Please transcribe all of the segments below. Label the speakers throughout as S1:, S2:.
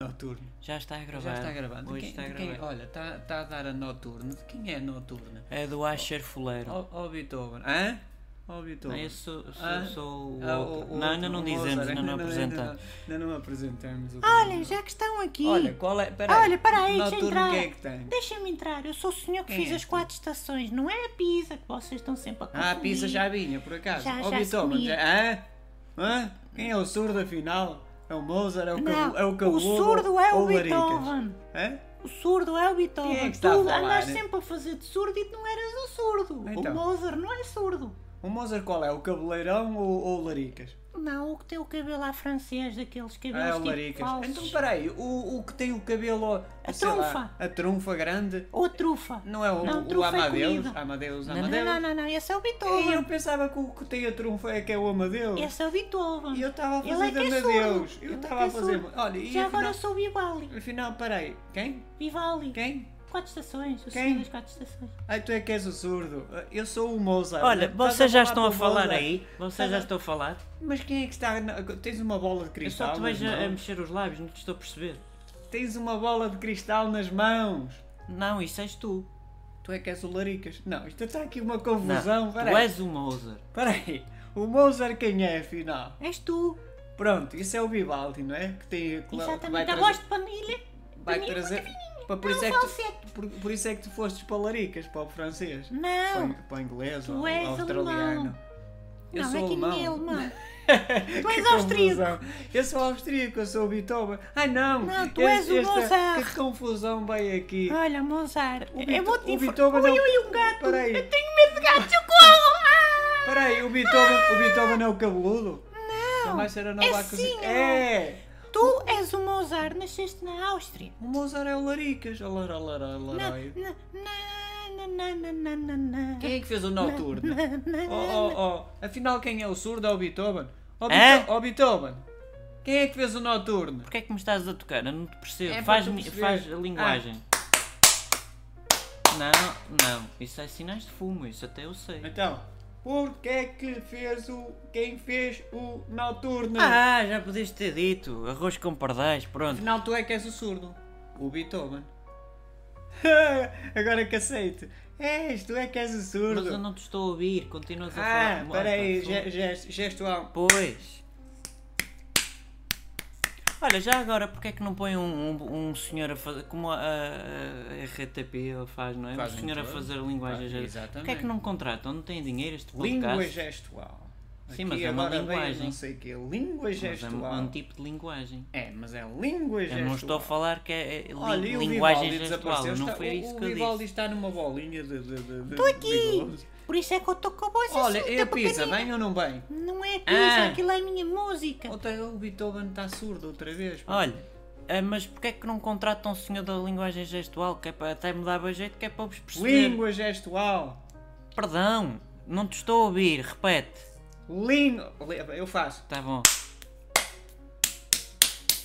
S1: noturno.
S2: Já está a gravar.
S1: Já está gravando.
S2: Tá Hoje
S1: De quem,
S2: está a
S1: de quem-
S2: gravar.
S1: olha, está está a dar a noturno. De quem é a noturna?
S2: É do Asher Fuleiro.
S1: Ó ó Beethoven. Hã? Ó Beethoven.
S2: Não, eu sou, sou,
S1: Ah.
S2: sou É o
S1: Ah, o-
S2: outro.
S1: o
S2: não, ainda
S1: outro,
S2: não
S1: o
S2: dizemos,
S1: Mozart.
S2: ainda não apresentamos.
S1: Ainda, ainda não apresentamos o
S3: Olha, já que estão aqui.
S1: Olha, qual é. Peraí.
S3: Olha, para aí, deixa
S1: Noturno,
S3: entrar.
S1: quem é que tem?
S3: Deixa-me entrar, eu sou o senhor que
S1: Quem
S3: fez
S1: é
S3: as
S1: tu?
S3: quatro estações, não é a Pisa que vocês estão sempre a
S1: Ah,
S3: confundir.
S1: a pizza já vinha, por acaso.
S3: Já-
S1: Ó
S3: já se
S1: Beethoven.
S3: comia.
S1: já- Hã? Hã? Quem é o surdo afinal? É o Mozart? É o
S3: Não,
S1: Cabo- é o Cabo?
S3: o surdo é
S1: ou
S3: o
S1: Laricas?
S3: Beethoven.
S1: Hã?
S3: O surdo é o Beethoven.
S1: Quem é que está a
S3: tu
S1: falar?
S3: andas sempre a fazer de surdo e tu não eras o surdo.
S1: Então.
S3: O Mozart não é surdo.
S1: O Mozart qual é? O Cabeleirão ou, ou o Laricas?
S3: Não, o que tem o cabelo à francês, daqueles cabelos
S1: Ah, é o
S3: tipo
S1: Laricas.
S3: falsos.
S1: Então peraí, o, o que tem o cabelo.
S3: A
S1: sei lá,
S3: trunfa.
S1: a trunfa grande.
S3: Ou a trufa.
S1: Não é o,
S3: Não,
S1: o
S3: trufa é
S1: Amadeus?
S3: comida.
S1: Amadeus,
S3: não, não,
S1: Amadeus.
S3: não, não, não, esse é o Beethoven.
S1: Ei, eu pensava que o que tem a trunfa é que é o Amadeus.
S3: Esse é o Beethoven.
S1: E eu estava a
S3: Ele é
S1: fazer
S3: que é
S1: Amadeus. Eu
S3: surdo. Ele é
S1: estava
S3: que é
S1: a fazer.
S3: surdo.
S1: Olha, e
S3: Já
S1: afinal,
S3: agora eu sou o Vivaldi.
S1: afinal, peraí. Quem?
S3: Vivaldi.
S1: Quem?
S3: Quatro estações. O
S1: Quem?
S3: senhor das quatro estações.
S1: Ai, tu é que és o surdo. Eu sou o Mozart.
S2: Olha,
S1: Estás
S2: vocês já
S1: falar
S2: estão a
S1: com o
S2: falar
S1: Mozart.
S2: aí? Vocês
S1: Estás
S2: já
S1: a-
S2: estão a falar?
S1: Mas quem é que está. na- Tens uma bola de
S2: Eu só
S1: cristal.
S2: te
S1: nas
S2: vejo a, a
S1: mãos?
S2: mexer os lábios, não te estou a perceber.
S1: Tens uma bola de cristal nas mãos.
S2: Não, isso és tu.
S1: Tu é que és o Laricas. Não, isto está aqui uma
S2: Não,
S1: confusão.
S2: tu
S1: Peraí.
S2: és o Mozart.
S1: Peraí. O Mozart quem é, afinal?
S3: És tu.
S1: Pronto, isso é o Vivaldi, não é? Que tem. Que que vai
S3: Exatamente. A
S1: trazer-
S3: voz de panilha.
S1: Vai
S3: Pequenino,
S1: trazer. Pá, por,
S3: É
S1: isso
S3: um
S1: é que tu,
S3: falsete.
S1: por, por isso é que tu fostes para Laricas, para o francês. Para,
S3: Não.
S1: o- para o inglês
S3: Tu
S1: ou
S3: és
S1: ou australiano.
S3: alemão.
S1: Eu
S3: não,
S1: sou
S3: é que
S1: alemão.
S3: ninguém é alemão.
S1: tu
S3: és austríaco.
S1: Eu sou austríaco, eu sou o Beethoven. Ai não!
S3: Não, tu
S1: Este-
S3: és o
S1: esta-
S3: Mozart.
S1: Que confusão vai aqui.
S3: Olha, Mozart.
S1: O
S3: é
S1: Beetho-
S3: muito
S1: o
S3: difícil.
S1: Beethoven é
S3: Ui,
S1: o-
S3: ui, um gato.
S1: Peraí.
S3: Eu tenho medo de gato, socorro. Ah!
S1: Espera aí, o Beethoven, o Beethoven é o cabeludo? Não vai ser a nova
S3: é
S1: acusação.
S3: sim,
S1: É!
S3: Tu és o Mozart, nasceste na Áustria.
S1: O Mozart é o Laricas. Alara, alara,
S3: Na,
S1: alara.
S3: na, na, na, na, na, na, na.
S1: Quem é que fez o
S3: Na,
S1: noturno?
S3: na, na,
S1: Oh, oh, oh. Afinal, quem é o surdo é o Beethoven? Oh,
S2: Hã?
S1: Beetho- oh, Beethoven! Quem é que fez o noturno?
S2: Porquê é que me estás a tocar? Eu não te percebo.
S1: É para
S2: faz,
S1: tu Ah.
S2: mi-
S1: perceber.
S2: faz a linguagem. Não, não. Isso é sinais de fumo, isso até eu sei.
S1: Então, porque é que fez o. Quem fez o noturno?
S2: Ah, já podias ter dito. Arroz com pardais, pronto.
S1: Afinal, tu é que és o surdo. O Beethoven. Agora que aceito. És, tu é que és o
S2: Mas eu
S1: surdo.
S2: não te estou a ouvir, continuas a
S1: Ah,
S2: falar.
S1: peraí,
S2: Ah,
S1: ge- gesto, gestual.
S2: Pois. Olha, já agora, porque é que não põe um, um, um senhor a fazer, como a, a- a RTP faz, não é?
S1: Fazem
S2: um senhor a
S1: tudo.
S2: fazer linguagens.
S1: Ah,
S2: gerais. Porque é que
S1: exatamente. é
S2: não contratam? Não têm dinheiro este podcast?
S1: Língua gestual.
S2: Um Sim, mas é uma
S1: agora veio
S2: linguagem.
S1: Não sei o quê. Língua
S2: Mas é um,
S1: gestual.
S2: é um tipo de linguagem.
S1: É, mas é língua
S2: Eu
S1: gestual.
S2: não estou a falar que é, é li-
S1: Olha, e o
S2: linguagem
S1: Vivaldi
S2: gestual,
S1: desapareceu.
S2: não
S1: Está-
S2: foi
S1: o-
S2: isso
S1: o
S2: que eu
S1: Vivaldi
S2: disse.
S1: está numa bolinha de. Estou
S3: aqui. Por isso é que eu estou com a voz
S1: Olha,
S3: assim,
S1: é a
S3: toda
S1: pizza,
S3: pequenina.
S1: bem ou não bem?
S3: Não é
S1: Ah.
S3: pizza, aquilo é a minha música.
S1: Outra, o Beethoven está surdo outra vez. pá.
S2: Olha, ah, mas porque é que não contratam um senhor da linguagem gestual? Que é para até me dava jeito, que é para vos perceber.
S1: língua gestual.
S2: Perdão, não te estou a ouvir, repete.
S1: Língua. Eu faço.
S2: Tá bom.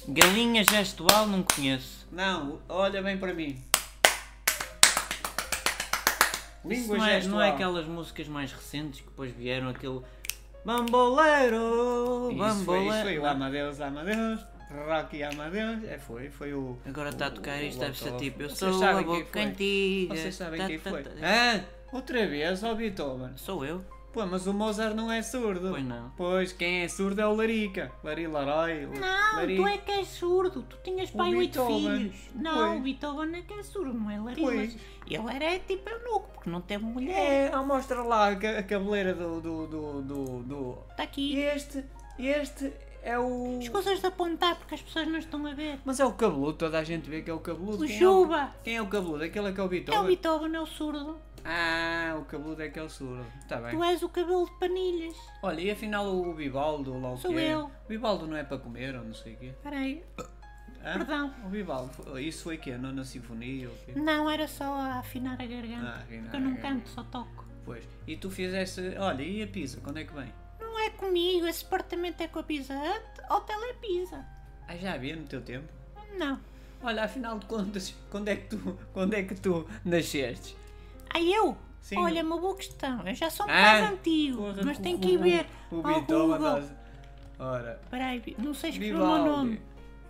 S2: Galinha gestual não conheço.
S1: Não, olha bem para mim.
S2: Isso
S1: Língua
S2: não, é,
S1: gestual.
S2: não é aquelas músicas mais recentes que depois vieram aquele Bamboleiro!
S1: Isso foi, isso foi
S2: Bamboleiro!
S1: o Amadeus, Amadeus, Rocky Amadeus, é, foi, foi o...
S2: Agora está a tocar
S1: o-
S2: isto,
S1: o
S2: deve ser
S1: autógrafo.
S2: tipo Eu
S1: Vocês
S2: sou a
S1: sabem quem
S2: boca
S1: foi?
S2: cantiga.
S1: Vocês sabem
S2: tá,
S1: quem
S2: tá,
S1: foi?
S2: tá.
S1: Hã? Outra vez, ó Beethoven.
S2: Sou eu?
S1: Pô, mas o Mozart não é surdo.
S2: Pois não.
S1: Pois, quem é surdo é o Larica. Lari Larói.
S3: Não,
S1: Lari...
S3: tu é que és surdo. Tu tinhas pai oito
S1: Beethoven.
S3: filhos. Não,
S1: Pois.
S3: o Beethoven é que é surdo, não é
S1: Pois.
S3: Larilas. Ele era tipo eunuco, porque não teve mulher.
S1: É, ó, mostra lá a, ca- a cabeleira do... do, do, do, do...
S3: Está Tá aqui.
S1: Este, este é o...
S3: Escusas de apontar, porque as pessoas não estão a ver.
S1: Mas é o cabeludo, toda a gente vê que é o cabeludo.
S3: O
S1: Quem é
S3: Juba.
S1: Quem é o cabeludo? Aquele é que é o
S3: É o
S1: Beethoven?
S3: Beethoven, é o surdo.
S1: Ah, o cabeludo é que é o surdo. Tá bem.
S3: Tu és o cabelo de panilhas.
S1: Olha, e afinal o Bibaldo lá o
S3: Sou
S1: que é?
S3: eu.
S1: O Bibaldo não é para comer ou não sei o quê?
S3: Espera aí.
S1: Hã?
S3: Perdão.
S1: O Bibaldo, foi- isso foi o quê? A nona sinfonia ou o quê?
S3: Não, era só a afinar a garganta.
S1: Ah, afinar
S3: porque
S1: a
S3: eu não
S1: garganta.
S3: canto, só toco.
S1: Pois. E tu fizeste... Olha, e a pizza? Quando é que vem?
S3: Não é comigo, esse departamento é com a Pisa Hut ou Telepisa.
S1: Ah, já havia no teu tempo?
S3: Não.
S1: Olha, afinal de contas, quando é que tu, quando é que tu nascestes?
S3: Aí eu?
S1: Sim.
S3: Olha, uma boa questão. Eu já sou um
S1: Ah,
S3: bocado antigo,
S1: Porra,
S3: mas
S1: o-
S3: tem que ir ver.
S1: O, o
S3: ao
S1: Beethoven...
S3: Google.
S1: nós- Ora,
S3: Espera aí, não sei escrever o meu
S1: Vivaldi.
S3: nome.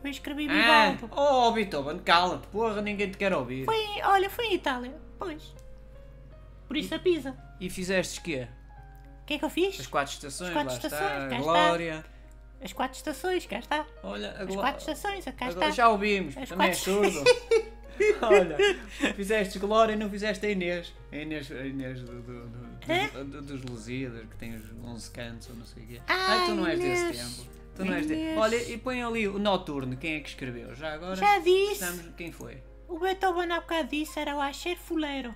S3: Eu escrevi
S1: Ah,
S3: Vivaldo.
S1: oh Beethoven, cala-te, porra, ninguém te quer ouvir.
S3: Foi, em- olha, foi em Itália. Pois. Por isso a Pisa.
S1: E fizeste quê?
S3: O que é que eu
S1: As
S3: fiz?
S1: quatro estações,
S3: As quatro
S1: lá
S3: estações,
S1: está,
S3: cá
S1: a
S3: está.
S1: Glória.
S3: As quatro estações, cá está.
S1: Olha, a
S3: As
S1: Gló-
S3: quatro estações, cá
S1: Agora
S3: está.
S1: já ouvimos,
S3: As
S1: também
S3: quatro-
S1: és surdo. Olha, fizeste Glória e não fizeste a Inês. A Inês, a Inês do- do- do- do- do- dos Lusíadas, que tem os 11 cantos ou não sei o quê.
S3: Ah,
S1: tu não és
S3: Inês.
S1: desse tempo. Tu não és de-
S3: Inês.
S1: Olha, e põe ali o Noturno, quem é que escreveu? Já agora?
S3: Já disse.
S1: Estamos... Quem foi?
S3: O Beethoven há bocado disse era o Asher Fuleiro.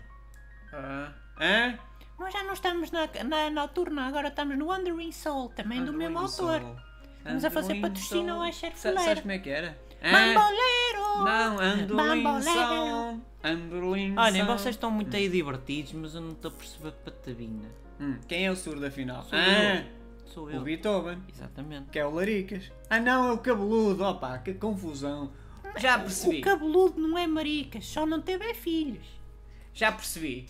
S1: Ah. Hã?
S3: Nós já não estamos na, na noturna, agora estamos no Wandering Soul, também do mesmo autor. Vamos a fazer patrocínio ao Asher Fuleiro.
S1: Sabes como é que era? Hã?
S3: Bamboleiro!
S1: Não, Andolim
S3: Bamboleiro!
S1: São. Andolim
S2: Olhem,
S1: São.
S2: Ah, vocês estão muito aí divertidos, mas eu não estou a perceber patabina.
S1: Hum, Quem é o surdo afinal?
S2: Sou
S1: Ah,
S2: Sou
S1: o
S2: eu.
S1: Beethoven.
S2: Exatamente.
S1: Que é o Laricas. Ah não, é o cabeludo, opá, que confusão. Já percebi,
S3: O cabeludo não é maricas, só não teve é filhos.
S1: já percebi,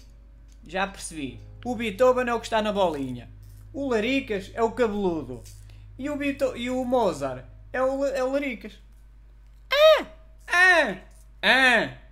S1: já percebi. O Beethoven é o que está na bolinha. O Laricas é o cabeludo. E o, Beetho- e o Mozart é o, La- é o Laricas. Ah! Ah! Ah!